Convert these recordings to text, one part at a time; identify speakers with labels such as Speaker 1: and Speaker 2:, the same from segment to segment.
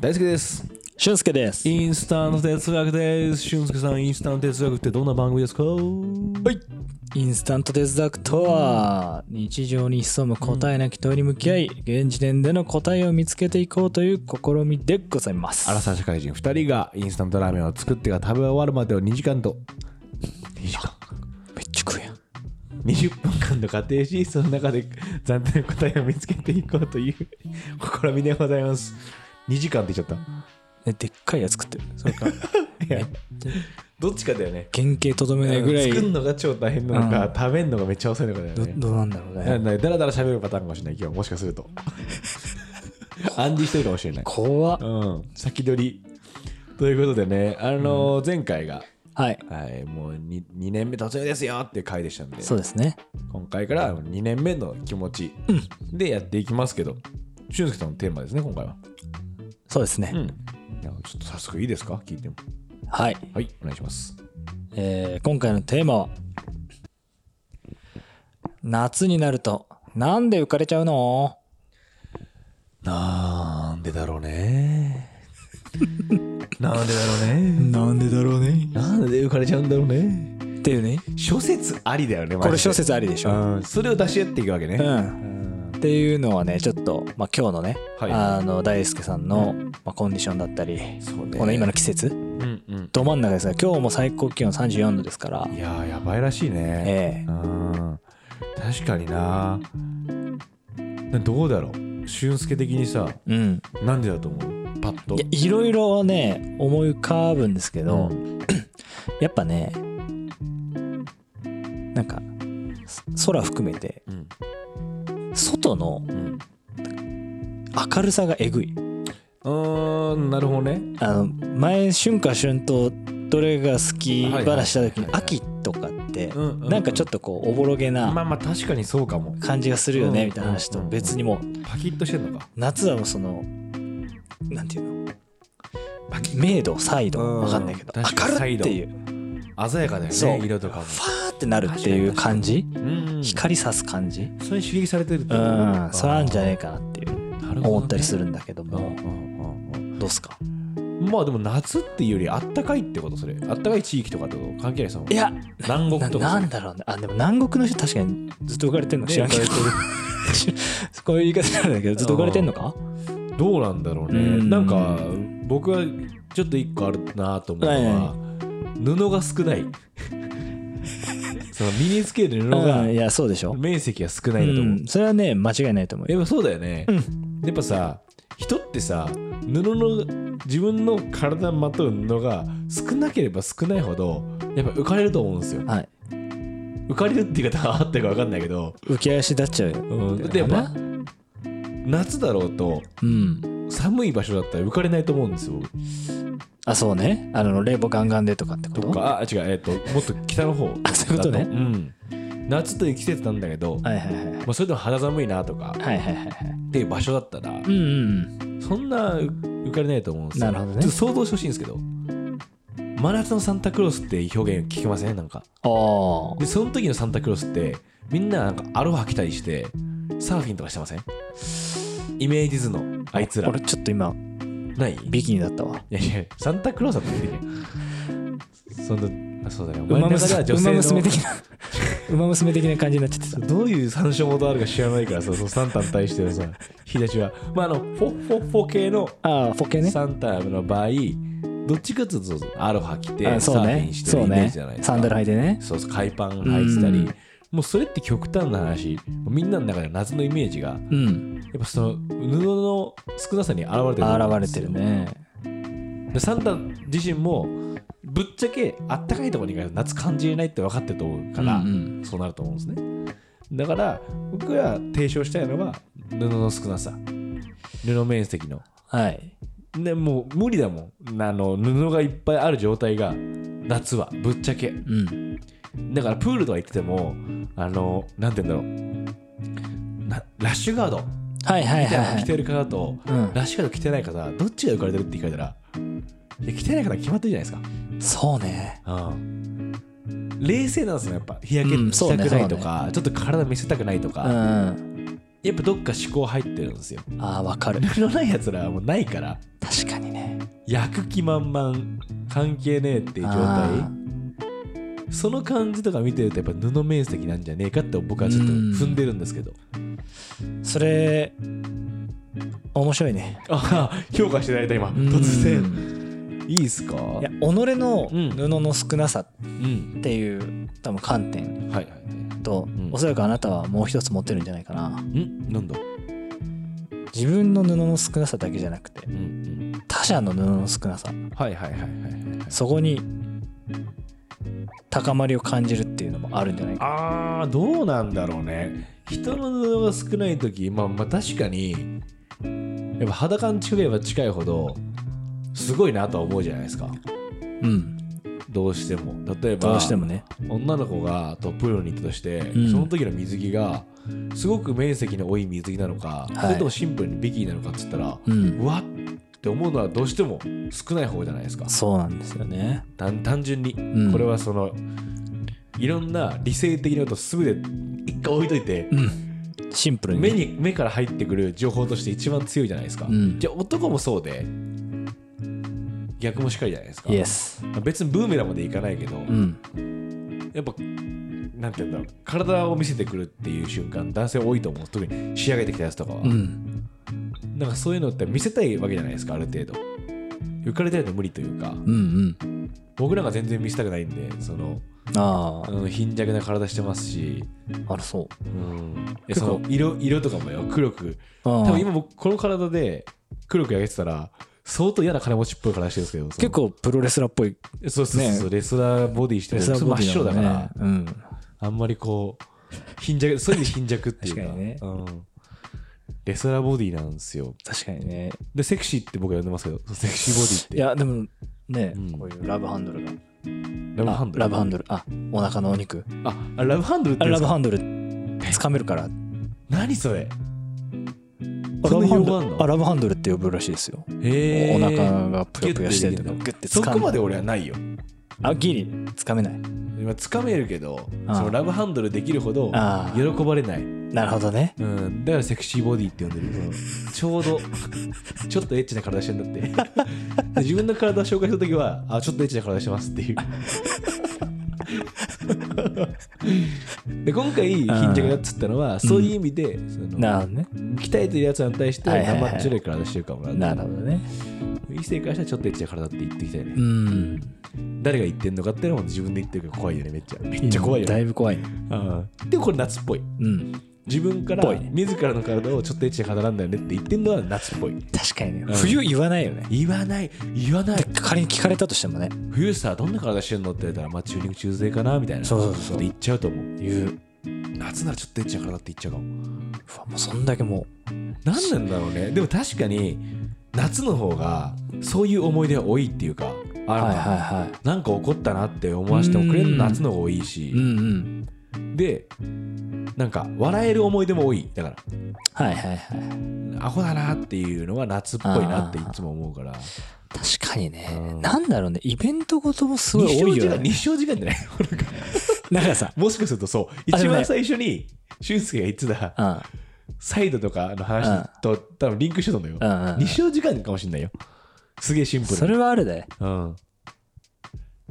Speaker 1: 大輔です
Speaker 2: 俊介です。
Speaker 1: インスタント哲学です俊介さんインスタント哲学ってどんな番組ですかはい
Speaker 2: インスタント哲学とは、日常に潜む答えなき問いに向き合い、現時点での答えを見つけていこうという試みでございます。
Speaker 1: アラサー社会人2人がインスタントラーメンを作ってから食べ終わるまでを2時間と2時間
Speaker 2: めっちゃ食うやん。
Speaker 1: 20分間の仮定しその中で暫定の答えを見つけていこうという試みでございます2時間って言っちゃっ
Speaker 2: えでっかいやつ食ってる。それか、
Speaker 1: たいやどっちかだよね
Speaker 2: 原型とどめないぐらい、
Speaker 1: 作る
Speaker 2: ど
Speaker 1: のが超大変なのか、食べるのがめっちゃ遅いのかだよね
Speaker 2: どうなんだろう
Speaker 1: な
Speaker 2: ね。
Speaker 1: なだらだら喋るパターンかもしれない今日もしかすると暗示してるかもしれない
Speaker 2: 怖っ。
Speaker 1: うん先取りということでねあのー前回が、
Speaker 2: はい。
Speaker 1: はい、もう 2, 2年目突入ですよっていう回でしたんで
Speaker 2: そうですね。
Speaker 1: 今回から2年目の気持ちでやっていきますけど、俊介さんのテーマですね今回は、
Speaker 2: そうですね。
Speaker 1: ん、ちょっと早速いいですか聞いても
Speaker 2: はい。
Speaker 1: はいお願いします
Speaker 2: えー今回のテーマは夏になるとなんで浮かれちゃうの
Speaker 1: なんでだろうね なんでだろうね
Speaker 2: なんでだろうね
Speaker 1: なんで浮かれちゃうんだろうね
Speaker 2: っていうね
Speaker 1: 諸説ありだよねマジで
Speaker 2: これ諸説ありでしょ、
Speaker 1: うんそれを出し合っていくわけね、
Speaker 2: うん、っていうのはねちょっと、まあ、今日のね、
Speaker 1: はい
Speaker 2: あの大輔さんの、まあ、コンディションだったり、
Speaker 1: そうね
Speaker 2: この今の季節
Speaker 1: うんうん
Speaker 2: ど真ん中ですが今日も最高気温34度ですから
Speaker 1: いやーやばいらしいね、
Speaker 2: ええ
Speaker 1: うん確かにななどうだろう俊介的にさ
Speaker 2: うん
Speaker 1: なんでだと思うパッと
Speaker 2: いやいろいろね思い浮かぶんですけど、
Speaker 1: うん
Speaker 2: やっぱねなんかそ空含めて
Speaker 1: うん
Speaker 2: 外の
Speaker 1: うん
Speaker 2: 明るさがえぐい
Speaker 1: あーなるほどね
Speaker 2: あの前春夏春冬どれが好き
Speaker 1: はいはい
Speaker 2: 話した時に
Speaker 1: はいはい
Speaker 2: 秋とかって
Speaker 1: うんうんうん
Speaker 2: なんかちょっとこうおぼろげ
Speaker 1: まあ
Speaker 2: な
Speaker 1: まあ確かにそうかも
Speaker 2: 感じがするよ
Speaker 1: う
Speaker 2: ね
Speaker 1: ん
Speaker 2: みたいな話と
Speaker 1: うんうん
Speaker 2: 別にもう
Speaker 1: パキッとしてんのか
Speaker 2: 夏はもうそのなんていうの明度サイド
Speaker 1: うん
Speaker 2: わかんないけど
Speaker 1: 確かに
Speaker 2: 明るいっていう
Speaker 1: 鮮やかだよ
Speaker 2: そう
Speaker 1: ね色とかも
Speaker 2: ファーってなるっていう感じ
Speaker 1: うん
Speaker 2: 光さす感じ
Speaker 1: それに刺激されてるって
Speaker 2: う
Speaker 1: こと
Speaker 2: ん
Speaker 1: か
Speaker 2: それあんじゃねえかなっていう
Speaker 1: なるほどね
Speaker 2: 思ったりするんだけど
Speaker 1: うんうん
Speaker 2: も
Speaker 1: うんうん
Speaker 2: どうっすか
Speaker 1: まあでも夏っていうよりあったかいってことそれあったかい地域とかと関係ないその
Speaker 2: いや
Speaker 1: 南国
Speaker 2: な
Speaker 1: とか
Speaker 2: なんだろうねあでも南国の人確かにずっと浮かれてんの知らんけど こういう言い方なんだけどずっと浮かれてんのか
Speaker 1: どうなんだろう
Speaker 2: う
Speaker 1: ね
Speaker 2: ん
Speaker 1: なんか僕はちょっと一個あるなと思うのは布が少ないその身につける布が
Speaker 2: うんいやそうでしょ
Speaker 1: 面積が少な
Speaker 2: う
Speaker 1: いんだと思うん
Speaker 2: それはね間違いないと思うよ
Speaker 1: やっぱそうだよね、やっぱさ人ってさ布の自分の体にまとう布が少なければ少ないほどやっぱ浮かれると思うんですよ
Speaker 2: はい
Speaker 1: 浮かれるって言い方があってるか分かんないけど、
Speaker 2: 浮き足立っちゃうよ
Speaker 1: うん、だってやっぱ夏だろうと
Speaker 2: うん
Speaker 1: 寒い場所だったら浮かれないと思うんですよ僕
Speaker 2: あそうねあの冷房ガンガンでとかってこと
Speaker 1: とかあ違うえっ、ともっと北の方
Speaker 2: あそういうことね
Speaker 1: だうん、夏という季節なんだけど、
Speaker 2: はいはいはいはい
Speaker 1: まあ、それでも肌寒いなとか
Speaker 2: はいはいはいはい
Speaker 1: っていう場所だったら、
Speaker 2: うんうん
Speaker 1: そんな浮かれないと思うんですよ
Speaker 2: なるほどね
Speaker 1: ちょっと想像してほしいんですけど真夏のサンタクロースって表現聞きませんなんか
Speaker 2: あ
Speaker 1: でその時のサンタクロースってみんななんかアロハ着たりしてサーフィンとかしてませんイメージ図のあいつ
Speaker 2: あ
Speaker 1: ら
Speaker 2: 俺ちょっと今
Speaker 1: ないい
Speaker 2: ビキニだったわ
Speaker 1: やいやサンタクロースだって出てけんそんなあそうだねお前
Speaker 2: 馬
Speaker 1: の中で
Speaker 2: 娘
Speaker 1: は女性の
Speaker 2: 馬娘 的な馬娘的な感じになっちゃって
Speaker 1: そう
Speaker 2: た
Speaker 1: どういう参照元あるか知らないからさそのサンタに対してのさ日立はまああのフォフォフォ系の
Speaker 2: ああフォケね
Speaker 1: サンタの場合どっちかっていうとアロハ着て、
Speaker 2: あ
Speaker 1: サ
Speaker 2: そ
Speaker 1: ー
Speaker 2: う
Speaker 1: フィ
Speaker 2: ね
Speaker 1: ンして
Speaker 2: そ
Speaker 1: る
Speaker 2: う
Speaker 1: イメー
Speaker 2: ね
Speaker 1: ジじゃないですか
Speaker 2: サンダル履いてね
Speaker 1: そうそう海パン履いてたり、
Speaker 2: うん
Speaker 1: もうそれって極端な話みんなの中で夏のイメージがや
Speaker 2: うん
Speaker 1: っぱその布の少なさに現れてると思うんで
Speaker 2: 現れ
Speaker 1: す
Speaker 2: て
Speaker 1: よ
Speaker 2: るね
Speaker 1: でサンタ自身もぶっちゃけあったかいところに行かないと夏感じれないって分かってると思うから、
Speaker 2: うんうん
Speaker 1: そうなると思うんですねだから僕が提唱したいのは布の少なさ布面積の
Speaker 2: はい
Speaker 1: ね、もう無理だもんあの布がいっぱいある状態が夏はぶっちゃけ
Speaker 2: うん
Speaker 1: だからプールとか行っててもあのなんて言うんだろうなラッシュガード
Speaker 2: はいはい
Speaker 1: みたい
Speaker 2: はい
Speaker 1: な
Speaker 2: は
Speaker 1: の着
Speaker 2: い
Speaker 1: てる方 と、
Speaker 2: うん
Speaker 1: ラッシュガード着てない方どっちが浮かれてるって聞かれたらいや着てない方決まってるじゃないです
Speaker 2: そうね
Speaker 1: か、うん、冷静なんですよやっぱ日焼け
Speaker 2: うん
Speaker 1: し
Speaker 2: そう
Speaker 1: た
Speaker 2: ね
Speaker 1: くないとか、ちょっと体見せたくないと
Speaker 2: う
Speaker 1: か、
Speaker 2: ん
Speaker 1: やっぱどっか思考入ってるんですよ
Speaker 2: あーわかる
Speaker 1: 布のないやつらはもうないから
Speaker 2: 確かにね
Speaker 1: 焼く気満々関係ねえっていう状態
Speaker 2: あ
Speaker 1: その感じとか見てるとやっぱ布面積なんじゃねえかって僕はちょっと踏んでるんですけど
Speaker 2: ーそれ面白いね
Speaker 1: ああ評価していただいた今突然
Speaker 2: うん
Speaker 1: いいっすか
Speaker 2: いや己の
Speaker 1: うん
Speaker 2: 布の少なさっ
Speaker 1: うん
Speaker 2: ていう多分観点
Speaker 1: はいはいはい
Speaker 2: と、
Speaker 1: ん
Speaker 2: おそらくあなたはもう一つ持ってるんじゃないかなん
Speaker 1: なんだ
Speaker 2: 自分の布の少なさだけじゃなくて
Speaker 1: うんうん
Speaker 2: 他者の布の少なさ
Speaker 1: はいはいはいはいはい
Speaker 2: そこに高まりを感じるっていうのもあるんじゃないか
Speaker 1: あーどうなんだろうね人の布が少ない時まあまあ確かにやっぱ肌感近ければ近いほどすごいなとは思うじゃないですか
Speaker 2: うん
Speaker 1: どうしても例えば
Speaker 2: どうしてもね
Speaker 1: 女の子がとプールに行ったとして、
Speaker 2: ん
Speaker 1: その時の水着がすごく面積の多い水着なのか、
Speaker 2: い
Speaker 1: それともシンプルにビキニなのかっつったら、う
Speaker 2: う
Speaker 1: んわっって思うのはどうしても少ない方じゃないですか
Speaker 2: そうなんですよね
Speaker 1: 単単純に、
Speaker 2: ん
Speaker 1: これはそのいろんな理性的なことすべて一回置いといて、
Speaker 2: シンプルにね
Speaker 1: 目に目から入ってくる情報として一番強いじゃないですか、
Speaker 2: うん
Speaker 1: じゃあ男もそうで逆もしっかりじゃないですか、
Speaker 2: イエス
Speaker 1: 別にブーメランまでいかないけど、
Speaker 2: うん
Speaker 1: やっぱなんて言うんだろう体を見せてくるっていう瞬間男性多いと思うんです特に仕上げてきたやつとかは、
Speaker 2: うん
Speaker 1: なんかそういうのって見せたいわけじゃないですかある程度浮かれたいと無理というか
Speaker 2: うんうん
Speaker 1: 僕なんか全然見せたくないんでその、
Speaker 2: あ
Speaker 1: うん、貧弱な体してますし、
Speaker 2: ああらそう
Speaker 1: うん、え
Speaker 2: 結
Speaker 1: そ
Speaker 2: 構
Speaker 1: の色色とかもよ黒く
Speaker 2: あ
Speaker 1: 多分
Speaker 2: ー
Speaker 1: 今僕この体で黒く焼けてたら相当嫌な金持ちっぽい体してるんですけど
Speaker 2: 結構プロレスラーっぽい
Speaker 1: そうそうそうそう、レスラーボディして
Speaker 2: レ
Speaker 1: る
Speaker 2: スラー
Speaker 1: 真
Speaker 2: ボデ
Speaker 1: っ
Speaker 2: ィ
Speaker 1: 白
Speaker 2: だ
Speaker 1: だ
Speaker 2: も
Speaker 1: か
Speaker 2: んね
Speaker 1: ら、
Speaker 2: うん
Speaker 1: あんまりこう、貧弱、そういう意味で貧弱っていうか、
Speaker 2: 確かにね
Speaker 1: うん、レスラーボディなんですよ。
Speaker 2: 確かにね
Speaker 1: で、セクシーって僕は呼んでますけど、セクシーボディって。
Speaker 2: いやでもね
Speaker 1: うん
Speaker 2: こういうラブハンドルが
Speaker 1: ラブハンドル。
Speaker 2: あラブハンドルあお腹のお肉
Speaker 1: あ、あラブハンドルって
Speaker 2: あ
Speaker 1: 言うんで
Speaker 2: ラ
Speaker 1: す
Speaker 2: ブ
Speaker 1: か
Speaker 2: ハンドル掴めるから
Speaker 1: 何それ
Speaker 2: あ
Speaker 1: そんな用語あんの
Speaker 2: ラブハンドルあラブハンドルって呼ぶらしいですよ
Speaker 1: へ
Speaker 2: お
Speaker 1: ー
Speaker 2: 腹がぷよぷよしてるとか
Speaker 1: ギュッ
Speaker 2: グッて掴
Speaker 1: そ
Speaker 2: んで
Speaker 1: こまで俺はないよ。
Speaker 2: あギリ掴めない
Speaker 1: 今、掴めるけど、
Speaker 2: ああ
Speaker 1: そのラブハンドルできるほど
Speaker 2: ああ
Speaker 1: 喜ばれない。
Speaker 2: なるほどね
Speaker 1: うん、だからセクシーボディって呼んでる。うんちょうど、ちょっとエッチな体してんだって。で自分の体を紹介するときは、あ、ちょっとエッチな体してますっていう。で今回貧弱だっつったのは、そういう意味で、その
Speaker 2: なるほどね
Speaker 1: 鍛えてるやつらに対して
Speaker 2: はいはいはい
Speaker 1: 生っちょろい体してるかも
Speaker 2: なるほどね
Speaker 1: 異性からしたらちょっとエッチな体って言ってきたよね、
Speaker 2: うん
Speaker 1: 誰が言ってんのかってのも自分で言ってるから怖いよねめっちゃめっちゃ怖いよ
Speaker 2: だ
Speaker 1: ね、
Speaker 2: いぶ怖いね
Speaker 1: うんでもこれ夏っぽい
Speaker 2: うん
Speaker 1: 自分から
Speaker 2: ぽいね
Speaker 1: 自らの体をちょっとエッチな体なんだよねって言ってんのは夏っぽい
Speaker 2: 確かにね
Speaker 1: うん
Speaker 2: 冬言わないよね
Speaker 1: 言わない言わない
Speaker 2: 仮に聞かれたとしてもね
Speaker 1: 冬さどんな体してんのって言ったらまあチューニング中性かなみたいな
Speaker 2: そうそうそう
Speaker 1: こと言っちゃうと思う
Speaker 2: 言う
Speaker 1: 夏ならちょっとエッチな体って言っちゃうかも
Speaker 2: うわもうそんだけも
Speaker 1: 何なんだろうねでも確かに夏の方がそういう思い出が多いっていうかあ
Speaker 2: う
Speaker 1: る
Speaker 2: はい
Speaker 1: か
Speaker 2: はいはい
Speaker 1: なんか怒ったなって思わせてもくれるの夏の方が多いし
Speaker 2: うんうん
Speaker 1: でなんか笑える思い出も多いだか
Speaker 2: はいはいはい
Speaker 1: らアホだなっていうのは夏っぽいなっていつも思うから
Speaker 2: 確かにね
Speaker 1: うん
Speaker 2: なんだろうねイベントごともすご
Speaker 1: 日
Speaker 2: い多
Speaker 1: 照
Speaker 2: い
Speaker 1: 時
Speaker 2: よ
Speaker 1: 間
Speaker 2: ね
Speaker 1: 日照時間じゃないなんか
Speaker 2: なんかさ
Speaker 1: もしかするとそう一
Speaker 2: あでもね
Speaker 1: 番最初に俊介が言ってた
Speaker 2: うんうん
Speaker 1: サイドとかの話と多分リンクしてたのよ。
Speaker 2: うんうん
Speaker 1: 日照時間かもしんないよ。すげえシンプル。
Speaker 2: それはあるで
Speaker 1: うん。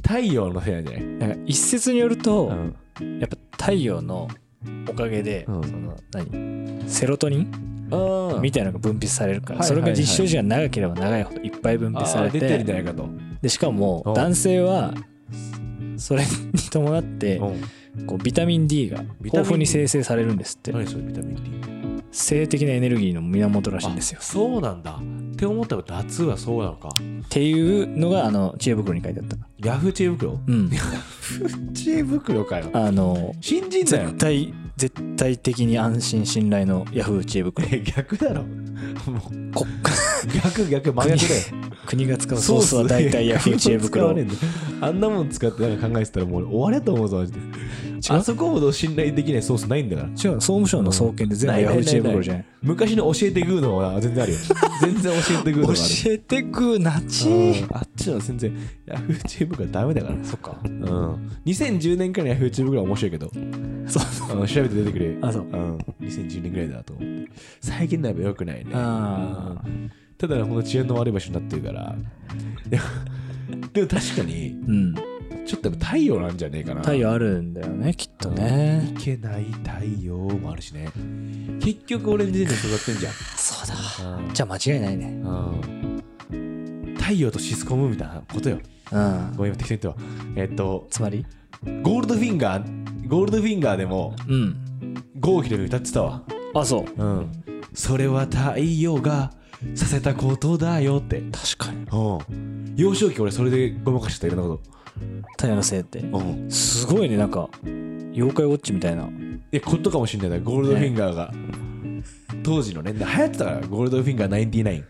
Speaker 1: 太陽のせいなんじゃない
Speaker 2: なんか一説によると、
Speaker 1: うん
Speaker 2: やっぱ太陽のおかげで、
Speaker 1: うん
Speaker 2: その何セロトニン
Speaker 1: あ
Speaker 2: みたいなのが分泌されるから、
Speaker 1: はい
Speaker 2: それ
Speaker 1: はい
Speaker 2: が
Speaker 1: はい
Speaker 2: 実証時間長ければ長いほどいっぱい分泌さ
Speaker 1: あ
Speaker 2: れ
Speaker 1: ー
Speaker 2: て
Speaker 1: 出てるんじゃないかと。
Speaker 2: でしかも
Speaker 1: うん
Speaker 2: 男性はそれに伴って
Speaker 1: うん
Speaker 2: こうビタミン D が
Speaker 1: ビタミン D
Speaker 2: 豊富に生成されるんですって
Speaker 1: 何それビタミン D。
Speaker 2: 性的なエネルギーの源らしいんですよ
Speaker 1: あそうなんだ。って思ったら夏はそうなのか。
Speaker 2: っていうのがあの知恵袋に書いてあった
Speaker 1: ヤフー知恵袋
Speaker 2: うん
Speaker 1: 知恵袋かよ。
Speaker 2: あの
Speaker 1: 新人だよ
Speaker 2: 絶。対絶対的に安心信頼のヤフー知恵袋
Speaker 1: え逆だろ。もう
Speaker 2: こ
Speaker 1: 逆逆真逆だよ。
Speaker 2: 国が使うソースは大体ヤフー知恵
Speaker 1: 使わ
Speaker 2: 袋
Speaker 1: ねえんだあんなもん使ってなんか考えてたらもう終われと思うぞマジであそこほど信頼できないソースないんだから。
Speaker 2: 違う、総務省の総研で全部
Speaker 1: ない
Speaker 2: ヤ
Speaker 1: ない
Speaker 2: フー知恵
Speaker 1: ないない
Speaker 2: 袋じゃない。
Speaker 1: 昔の教えてグーのは全然あ るよ。全然教えてグーの
Speaker 2: 教
Speaker 1: がある。
Speaker 2: えてくなち。
Speaker 1: うんあっちの全然 Yahoo チームからダメだから。
Speaker 2: そっか。
Speaker 1: うん。2010年からいの Yahoo チームから面白いけど、
Speaker 2: そう。
Speaker 1: うん調べて出てくれ。
Speaker 2: あ、そう。
Speaker 1: うん。2010年ぐらいだなと思って。最近のは良くないね。
Speaker 2: あ
Speaker 1: ただ、この治安の悪い場所になってるから。でもでも確かに、
Speaker 2: うん。
Speaker 1: ちょっとやっぱ太陽なんじゃねえかな。
Speaker 2: 太陽あるんだよね、きっとね。
Speaker 1: いけない太陽もあるしね。結局オレンジで育ってんじゃ
Speaker 2: そうだ。
Speaker 1: ん。
Speaker 2: じゃあ間違いないね。
Speaker 1: うん太陽とシスコムみたいなことよ。
Speaker 2: うん。
Speaker 1: ごめん、今適当に言ったわ。えっと、
Speaker 2: つまり
Speaker 1: ゴールドフィンガー、ゴールドフィンガーでも、
Speaker 2: うん。
Speaker 1: 郷ひろみ歌ってたわ。
Speaker 2: あ、そう。
Speaker 1: うん。それは太陽がさせたことだよって。うん。
Speaker 2: 確かに。
Speaker 1: 幼少期俺それでごまかしてたいろんなこ
Speaker 2: 太陽のせいって。
Speaker 1: と。うん。
Speaker 2: すごいね、なんか、妖怪ウォッチみたいな。
Speaker 1: いや、ことかもしんないな、ゴールドフィンガーが。当時のね、流行ってたから、ゴールドフィンガー99。流
Speaker 2: 流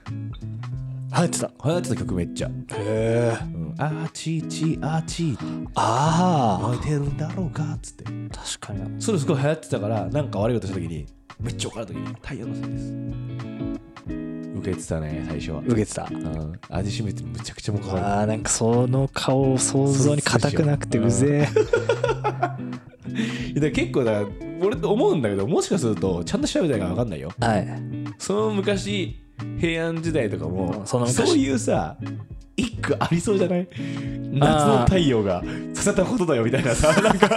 Speaker 2: 行ってた。
Speaker 1: 行ってた曲めっちゃ。
Speaker 2: へえ。
Speaker 1: うん、あーちーちーあーちーって
Speaker 2: あ
Speaker 1: 燃えてるんだろうかっつって。
Speaker 2: あ。確かにな。
Speaker 1: それすごい流行ってたから、なんか悪いことした時に、めっちゃ怒る時に、太陽のせいです。受けてたね、最初は。
Speaker 2: 受けてた。
Speaker 1: うん、味しめてむちゃくちゃもう可愛い
Speaker 2: あーなんかその顔想像に固くなくてうぜえ
Speaker 1: いやだから結構だから俺と思うんだけどもしかするとちゃんと調べたいから分かんないよ
Speaker 2: はい
Speaker 1: その昔平安時代とかも
Speaker 2: その昔
Speaker 1: そういうさ一句ありそうじゃない夏の太陽がさせたことだよみたいなさ なんか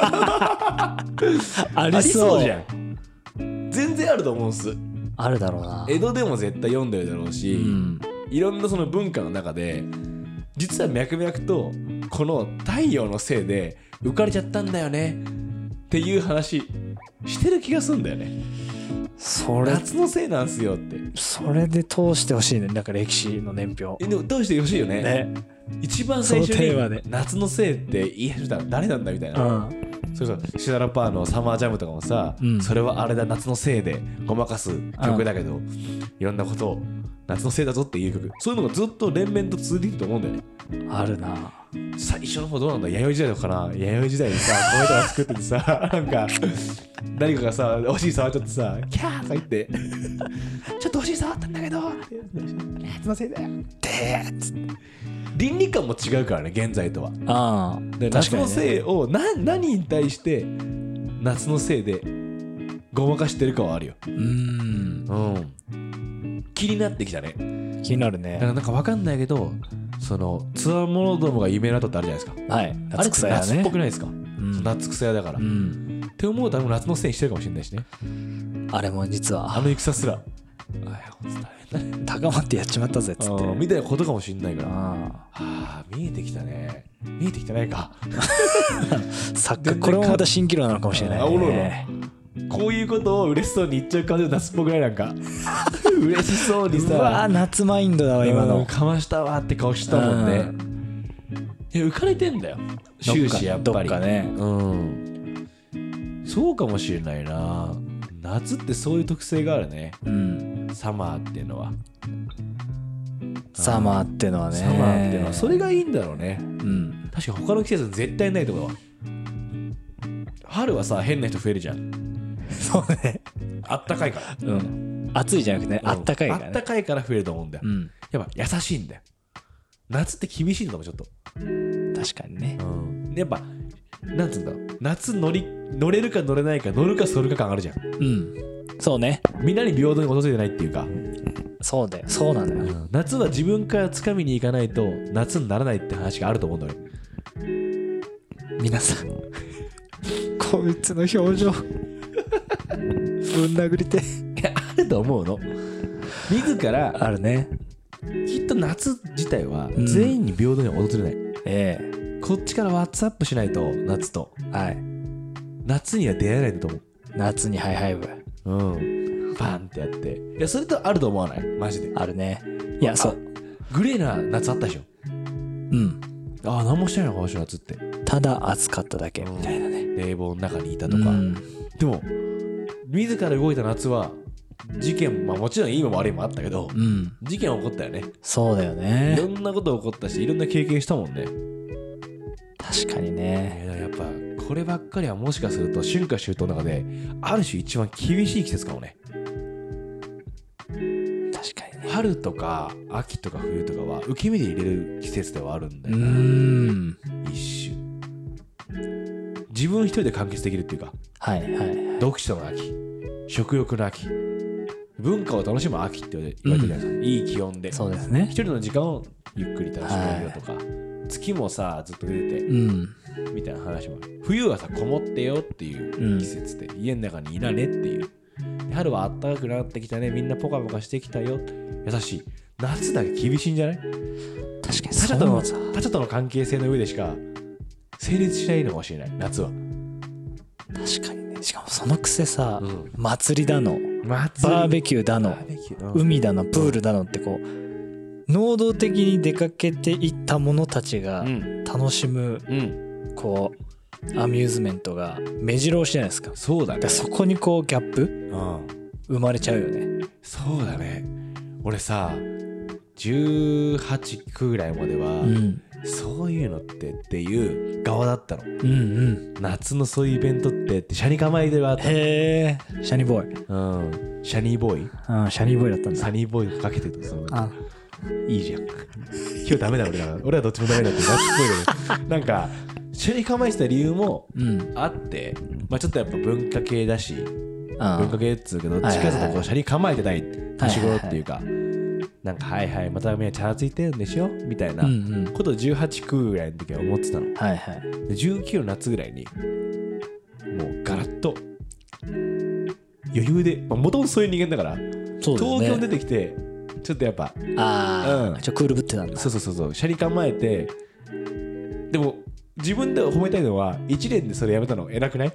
Speaker 2: あ
Speaker 1: あ
Speaker 2: りそう
Speaker 1: じゃん全然あると思うんす
Speaker 2: あるだろうな
Speaker 1: 江戸でも絶対読んでるだろうし、
Speaker 2: うん
Speaker 1: いろんなその文化の中で実は脈々とこの太陽のせいで浮かれちゃったんだよねっていう話してる気がするんだよね
Speaker 2: それ
Speaker 1: 夏のせいなんすよって
Speaker 2: それで通してほしいねなんか歴史の年表
Speaker 1: えでもどうしてほしいよね
Speaker 2: ね
Speaker 1: 一番最初
Speaker 2: そのテーマで
Speaker 1: に夏のせいって言い始めたの誰なんだみたいな、
Speaker 2: ん
Speaker 1: そうそうシダラパーの「サマージャム」とかもさ、
Speaker 2: うん
Speaker 1: それはあれだ夏のせいでごまかす曲だけど、いろんなことを夏のせいだぞっていう曲そういうのがずっと連綿と続いてると思うんだよね
Speaker 2: あるな
Speaker 1: 最初の方どうなんだ弥生時代とかな弥生時代に さ米とか作っててさなんか誰かがさおしい触っちゃってさキャーとか言って ちょっとおしい触ったんだけどって夏のせいだよ
Speaker 2: でーっつって
Speaker 1: 倫理観も違うからね現在とは
Speaker 2: あ
Speaker 1: で
Speaker 2: あ
Speaker 1: 夏の
Speaker 2: い
Speaker 1: せいをな何に対して夏のせいでごまかしてるかはあるよ、
Speaker 2: うん
Speaker 1: うん、気になってきたね
Speaker 2: 気になる
Speaker 1: だから
Speaker 2: ね
Speaker 1: なんかわかんないけどそのつわものどもが有名なとってあるじゃないですか
Speaker 2: はい
Speaker 1: あれ
Speaker 2: 夏
Speaker 1: って
Speaker 2: 草や
Speaker 1: 夏っ
Speaker 2: ね
Speaker 1: ぽくないですか、
Speaker 2: うん
Speaker 1: 夏草屋だから、
Speaker 2: う
Speaker 1: っ
Speaker 2: ん
Speaker 1: て思うと多分夏のせいにしてるかもしれないしね
Speaker 2: あれも実
Speaker 1: あ
Speaker 2: は
Speaker 1: の戦すらあいやほんと大変だね
Speaker 2: 高まってやっちまったぜっつって
Speaker 1: うんみたいなことかもしれないからはあ
Speaker 2: あ
Speaker 1: 見えてきたね見えてきてないか
Speaker 2: あ作家これもまた蜃気楼なのかもしれない
Speaker 1: あおろおろ
Speaker 2: ね
Speaker 1: こういうことを嬉しそうに言っちゃう感じの夏っぽくないなんか 嬉しそうに
Speaker 2: うわー
Speaker 1: さ
Speaker 2: 夏マインドだわ今
Speaker 1: うん
Speaker 2: の
Speaker 1: かましたわって顔したもんねいや浮かれてんだよ終始やっぱり
Speaker 2: どっかね
Speaker 1: うんそうかもしれないな夏ってそういう特性があるね
Speaker 2: うん
Speaker 1: サマーっていうのは
Speaker 2: サマーってのはね
Speaker 1: サマーっていうのはそれがいいんだろうね
Speaker 2: うん
Speaker 1: 確か他の季節絶対ないと思うわ春はさ変な人増えるじゃん
Speaker 2: そうね
Speaker 1: あったかいから
Speaker 2: うん暑いじゃなくてねあったかいか
Speaker 1: うんあ
Speaker 2: ら
Speaker 1: った
Speaker 2: ね
Speaker 1: かいから増えると思うんだよ
Speaker 2: うん
Speaker 1: やっぱ優しいんだよ夏って厳しいのかもちょっと、
Speaker 2: 確かにね
Speaker 1: うん、やっぱなんつうんだろう夏乗り乗れるか乗れないか乗るかそるか感あるじゃん
Speaker 2: うんそうね
Speaker 1: みんなに平等に訪れてないっていうか、
Speaker 2: そうだよそうなんだ
Speaker 1: う
Speaker 2: よ
Speaker 1: ん夏は自分から掴みに行かないと夏にならないって話があると思うんだよ
Speaker 2: 皆さんこいつの表情ぶん殴りて
Speaker 1: あると思うの自ら
Speaker 2: あるね
Speaker 1: きっと夏自体は
Speaker 2: ん
Speaker 1: 全員に平等に訪れない、
Speaker 2: え
Speaker 1: こっちからワッツアップしないと夏と
Speaker 2: えはい
Speaker 1: 夏には出会えないんだと
Speaker 2: 夏にハイハイブ
Speaker 1: 思ううんバンってやっていやそれとあると思わないマジで
Speaker 2: あるねいやそう
Speaker 1: グレーな夏あったでしょ
Speaker 2: うん
Speaker 1: ああ何もしてないのか今年の夏って
Speaker 2: ただ暑かっただけみたいなね
Speaker 1: 冷房の中にいた
Speaker 2: と
Speaker 1: と
Speaker 2: か
Speaker 1: か、でも自ら動いた夏は事件まあもちろんいいも悪いもあったけど
Speaker 2: うん
Speaker 1: 事件起こったよね
Speaker 2: そうだよ
Speaker 1: い
Speaker 2: ね
Speaker 1: ろんなこと起こったしいろんな経験したもんね
Speaker 2: 確かにね
Speaker 1: えーやっぱこればっかりはもしかすると春夏秋冬の中である種一番厳しい季節かもね
Speaker 2: 確かにね
Speaker 1: 春とか秋とか冬とかは受け身で入れる季節ではあるんだ
Speaker 2: う
Speaker 1: よな、
Speaker 2: ーん
Speaker 1: 一種自分一人で完結できるっていうか
Speaker 2: はいはい
Speaker 1: 読書の秋食欲の秋文化を楽しむ秋って言われてるじゃないですか、いい気温で
Speaker 2: そうです
Speaker 1: 一
Speaker 2: ね
Speaker 1: 人の時間をゆっくり楽しめるよとか、月もさずっと出て
Speaker 2: うん
Speaker 1: てみたいな話もある冬はさこもってよっていう季節で、家の中にいられっていうで春はあったかくなってきたねみんなポカポカしてきたよ優しい夏だけ厳しいんじゃない
Speaker 2: 確かに
Speaker 1: 他者
Speaker 2: そう
Speaker 1: との
Speaker 2: だ
Speaker 1: 他者との関係性の上でしか成立しないのかもしれない夏は、
Speaker 2: 確かにねしかもそのくせさ、
Speaker 1: うん
Speaker 2: 祭りだのバーベキューだの
Speaker 1: バーベキューうん
Speaker 2: 海だのプールだのってこう能動的に出かけていった者たちが
Speaker 1: うん
Speaker 2: 楽しむ
Speaker 1: うん
Speaker 2: こうアミューズメントが目白押しじゃないですかだか
Speaker 1: そうだね
Speaker 2: らそこにこうギャップ
Speaker 1: うん
Speaker 2: 生まれちゃうよね
Speaker 1: そうだね俺さ18区ぐらいまでは、
Speaker 2: うん
Speaker 1: そういうのってっていう側だったの
Speaker 2: うんうん
Speaker 1: 夏のそういうイベントってってシャニ構えではあった
Speaker 2: へえシャニーボーイ
Speaker 1: うんシャニーボーイ
Speaker 2: あシャニーボーイだったん
Speaker 1: サ
Speaker 2: だ
Speaker 1: ニーボーイかけてるとその
Speaker 2: あ
Speaker 1: いいじゃん今日ダメだ俺ら俺はどっちもダメだって夏っぽい けどなんかシャニ構えてた理由も
Speaker 2: うん
Speaker 1: あって、まあ、ちょっとやっぱ文化系だし
Speaker 2: あ
Speaker 1: 文化系っつうけどどっちかっていうとこうシャリ構えてない年頃っていうか、なんかはいはいまたみんなチャラついてるんでしょみたいな
Speaker 2: うんうん
Speaker 1: ことを18区ぐらいの時は思ってたので
Speaker 2: はいはい
Speaker 1: 19の夏ぐらいにもうガラッと余裕でもともとそういう人間だから
Speaker 2: そうだよ
Speaker 1: 東京出
Speaker 2: ね
Speaker 1: てきてちょっとやっぱ
Speaker 2: あ
Speaker 1: うん
Speaker 2: あちょクールぶってたんだ
Speaker 1: そうそうそうそうシャリ構えてでも自分で褒めたいのは1年でそれやめたの偉くない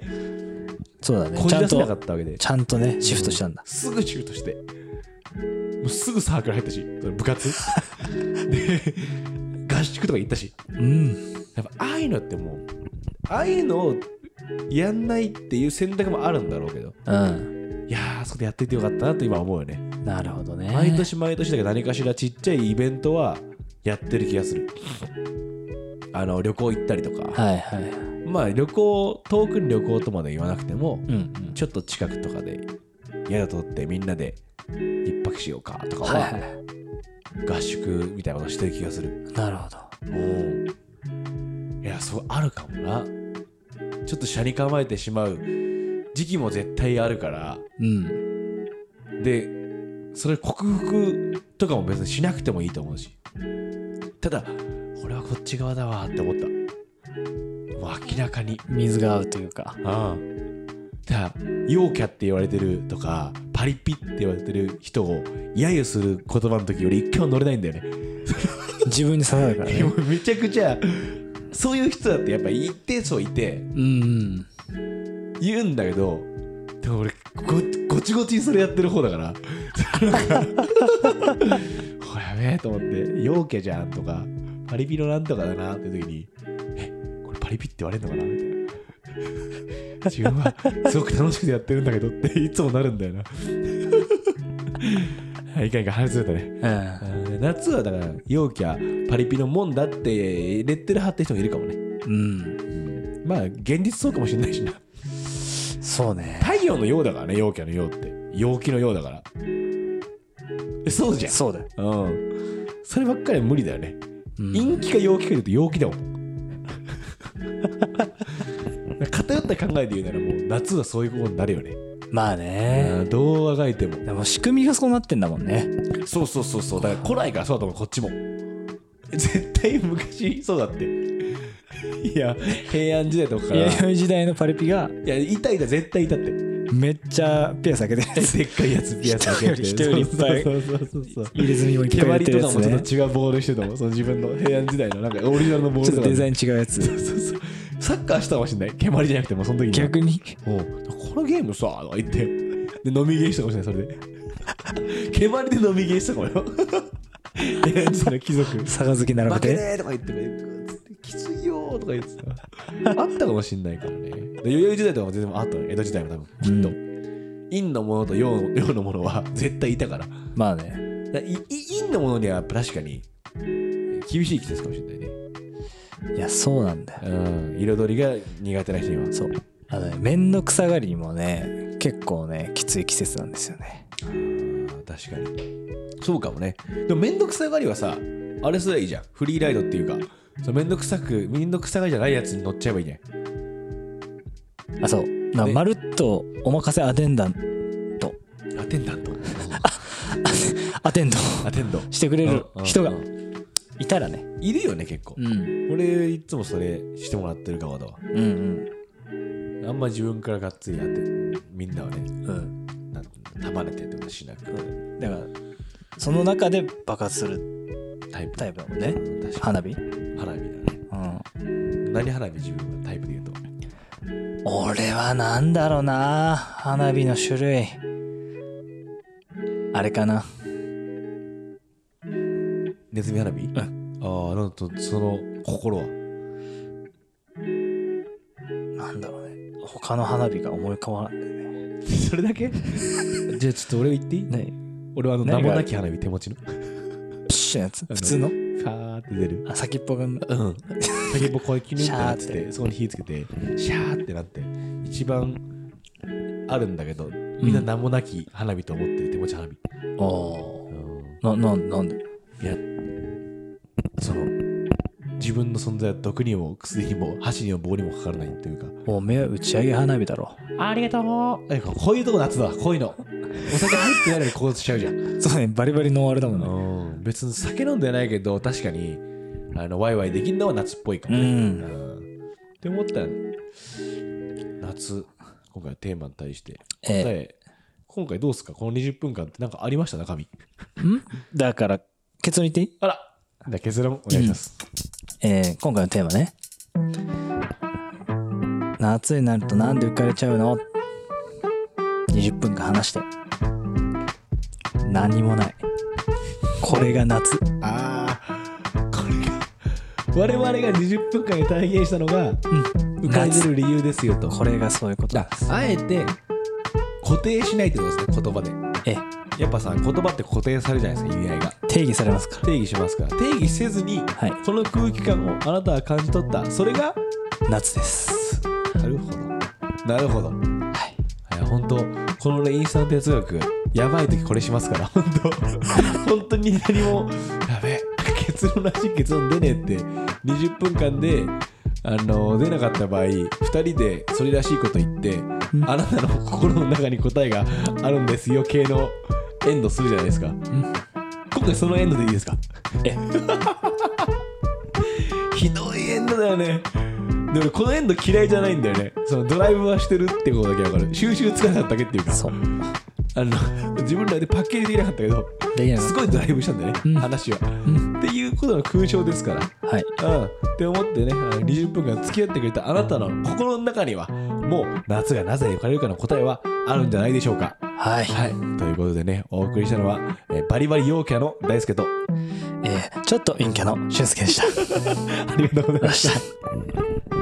Speaker 2: そうだね
Speaker 1: こ
Speaker 2: ち
Speaker 1: じ
Speaker 2: ゃん
Speaker 1: 出せなか
Speaker 2: と
Speaker 1: ったわけで
Speaker 2: ちゃんとねシフトしたんだ
Speaker 1: すぐシュートしてもうすぐサークル入ったしその部 活で合宿とか行ったし
Speaker 2: うん
Speaker 1: やっぱああいうのってもうああいうのをやんないっていう選択もあるんだろうけど
Speaker 2: うん
Speaker 1: いやーあそこでやっていてよかったなと今思うよね
Speaker 2: なるほどね
Speaker 1: 毎年毎年だけど何かしらちっちゃいイベントはやってる気がするあの旅行行ったりとか、
Speaker 2: はいはい
Speaker 1: まあ旅行遠くに旅行とまで言わなくても、
Speaker 2: うんうん
Speaker 1: ちょっと近くとかで宿取ってみんなで一泊しようかとかは、
Speaker 2: はいはい
Speaker 1: 合宿みたいなことしてる気がする
Speaker 2: なるほど
Speaker 1: いやそうあるかもなちょっと車に構えてしまう時期も絶対あるから
Speaker 2: うん
Speaker 1: でそれ克服とかも別にしなくてもいいと思うしただ俺はこっち側だわって思ったもう明らかに
Speaker 2: 水が合うというか
Speaker 1: ああだから陽キャって言われてるとかパリピって言われてる人を揶揄する言葉の時俺一回も乗れないんだよね
Speaker 2: 自分に 刺さるから
Speaker 1: で
Speaker 2: ね
Speaker 1: もめちゃくちゃそういう人だってやっぱ一定数いて
Speaker 2: うんうん
Speaker 1: 言うんだけどでも俺ごごちごちにそれやってる方だからなんか ほらやべえと思って「陽キャじゃん」とか「パリピのなんとかだな」って時に「えこれパリピって言われるのかな?」みたいな。自分はすごく楽しくてやってるんだけどっていつもなるんだよな。 はいいかんいかん話ずれたね。
Speaker 2: うん
Speaker 1: 夏はだから陽キャパリピのもんだってレッテル貼ってる人もいるかもね
Speaker 2: うん、
Speaker 1: まあ現実そうかもしれないしな
Speaker 2: そうね。
Speaker 1: 太陽のようだからね陽キャのようって陽気のようだからえそうじゃん
Speaker 2: そうだよ。
Speaker 1: うんそればっかりは無理だよね
Speaker 2: うん
Speaker 1: 陰気か陽気かで言うと陽気だもん 偏った考えで言うならもう夏はそういうことになるよね、
Speaker 2: まあ
Speaker 1: う
Speaker 2: ね。
Speaker 1: んどうあがいても
Speaker 2: でも仕組みがそうなってんだもんね。
Speaker 1: そうそうそうそうだから古来からそうだと思うこっちも絶対昔そうだっていや平安時代とかから
Speaker 2: 弥生時代のパリピが
Speaker 1: いやいたいた絶対いたって
Speaker 2: めっちゃペア避けてるや つ。
Speaker 1: でっかいやつピアス開けて
Speaker 2: 人より人よりいっぱい
Speaker 1: そうそうそうそうそう
Speaker 2: 入れ墨もいっぱ
Speaker 1: 毛
Speaker 2: い入
Speaker 1: 張
Speaker 2: れ
Speaker 1: り
Speaker 2: てる
Speaker 1: とか
Speaker 2: やつ
Speaker 1: もちょ
Speaker 2: ね。
Speaker 1: っと
Speaker 2: ち
Speaker 1: 違うボールしてたもんその自分の平安時代のなんかオリジナルのボール
Speaker 2: ょっ
Speaker 1: と
Speaker 2: と
Speaker 1: か
Speaker 2: デザイ
Speaker 1: ン
Speaker 2: ン違うやつ。
Speaker 1: そうそうサッカーしたかもしんない毛張りじゃなくてもその時に
Speaker 2: 逆に。
Speaker 1: おうこのゲームさとか言ってで飲みゲーしたかもしれないそれ で毛張りで飲みゲーしたかも よ平安時代の貴族
Speaker 2: 杯並べ
Speaker 1: 負け
Speaker 2: て。
Speaker 1: ねーとか言ってねグーっつってきついよーとか言ってたあったかもしんないからねで弥生時代とかも全然あったの江戸時代も多分きっと、
Speaker 2: う
Speaker 1: 陰のものと陽の 陽のものは絶対いたからだか
Speaker 2: まあね。
Speaker 1: らいい陰のものにはやっぱ確かに厳しい季節かもしれないね
Speaker 2: いやそうなんだよ
Speaker 1: うん、彩りが苦手な人には
Speaker 2: そうあのね面倒くさがりにもね結構ねきつい季節なんですよね
Speaker 1: 確かにそうかもねでも面倒くさがりはさあれすらいいじゃんフリーライドっていうかそう面倒くさく面倒くさがりじゃないやつに乗っちゃえばいいね
Speaker 2: あそうな
Speaker 1: ね
Speaker 2: まるっとお任せアテンダント
Speaker 1: アテンダン ト
Speaker 2: アテンド
Speaker 1: アテンド
Speaker 2: してくれる人が
Speaker 1: うんうん
Speaker 2: いたらね
Speaker 1: いるよね結構、
Speaker 2: うん
Speaker 1: 俺いつもそれしてもらってる側だわ
Speaker 2: うん
Speaker 1: あんま自分からがっつりやってみんなはね
Speaker 2: うんうん
Speaker 1: なん束ねてってことしなく
Speaker 2: だからその中で爆発する
Speaker 1: タイプ
Speaker 2: タイプだもんね
Speaker 1: 確か
Speaker 2: 花火、
Speaker 1: に花火だね
Speaker 2: うん、
Speaker 1: 何花火自分のタイプで言うと
Speaker 2: 俺はなんだろうな花火の種類あれかな
Speaker 1: ネズミ花火、ああなんとその心は
Speaker 2: なんだろうね他の花火が思い浮かばない
Speaker 1: それだけじゃあちょっと俺言っていい、
Speaker 2: ね
Speaker 1: 俺はあの名
Speaker 2: 何が
Speaker 1: もなき花火手持ちのフ
Speaker 2: プシュのやつ
Speaker 1: の
Speaker 2: 普通の
Speaker 1: ァーって出る
Speaker 2: あ先っぽが
Speaker 1: うん先っぽこうキュニってなって
Speaker 2: シャーって
Speaker 1: てそこに火つけてシャーってなって一番あるんだけどみんな名もなき花火と思ってる手持ち花火、
Speaker 2: お
Speaker 1: うん
Speaker 2: なななんで
Speaker 1: いやその自分の存在は毒にも薬にも箸にも棒にもかからないというか
Speaker 2: おめえは打ち上げ花火だろ
Speaker 1: ありがとうえこういうとこ夏だこういうのお酒入ってないのにこうしちゃうじゃん
Speaker 2: そうねバリバリノンアルだもんね
Speaker 1: うん別に酒飲んでないけど確かにあのワイワイできんのは夏っぽいかもね、
Speaker 2: うん
Speaker 1: うんって思ったら夏今回テーマに対して
Speaker 2: ええ
Speaker 1: 答え今回どうすかこの20分間ってなんかありました中身
Speaker 2: んだから結論言っていい
Speaker 1: あらじゃあ結論お願いします、
Speaker 2: えー今回のテーマね夏になるとなんで浮かれちゃうの20分間話して何もないこれが夏
Speaker 1: ああこれが我々が20分間で体現したのが浮かれてる理由ですよと
Speaker 2: これがそういうこと
Speaker 1: だ
Speaker 2: だ
Speaker 1: あえて固定しないってことですね言葉で
Speaker 2: ええ
Speaker 1: やっぱさ言葉って固定されるじゃないですか意味合いが
Speaker 2: 定義されますから
Speaker 1: 定義しますから定義せずに、
Speaker 2: はい
Speaker 1: この空気感をあなたは感じ取ったそれが
Speaker 2: 夏です
Speaker 1: なるほどなるほど
Speaker 2: はい
Speaker 1: いや本当このねインスタント哲学やばい時これしますから本当本当に何もやべえ結論らしい結論出ねえって20分間であの出なかった場合2人でそれらしいこと言ってあなたの心の中に答えがあるんですよ系のエンドするじゃないですか今回そのエンドでいいですか
Speaker 2: え
Speaker 1: ひどいエンドだよねでもこのエンド嫌いじゃないんだよねそのドライブはしてるってことだけわかる収集つかなかっただけっていうか
Speaker 2: そう
Speaker 1: あの自分らでパッケージできなかったけど
Speaker 2: できない
Speaker 1: すごいドライブしたんだよね、
Speaker 2: うん
Speaker 1: 話は、っていうことの空想ですから
Speaker 2: はい
Speaker 1: うんって思ってねあの20分間付き合ってくれたあなたの心の中にはもう夏がなぜ浮かれるかの答えはあるんじゃないでしょうか
Speaker 2: はい、
Speaker 1: はいということでねお送りしたのは、えーバリバリ陽キャの大輔と
Speaker 2: えーちょっと陰キャの俊介でした
Speaker 1: ありがとうございました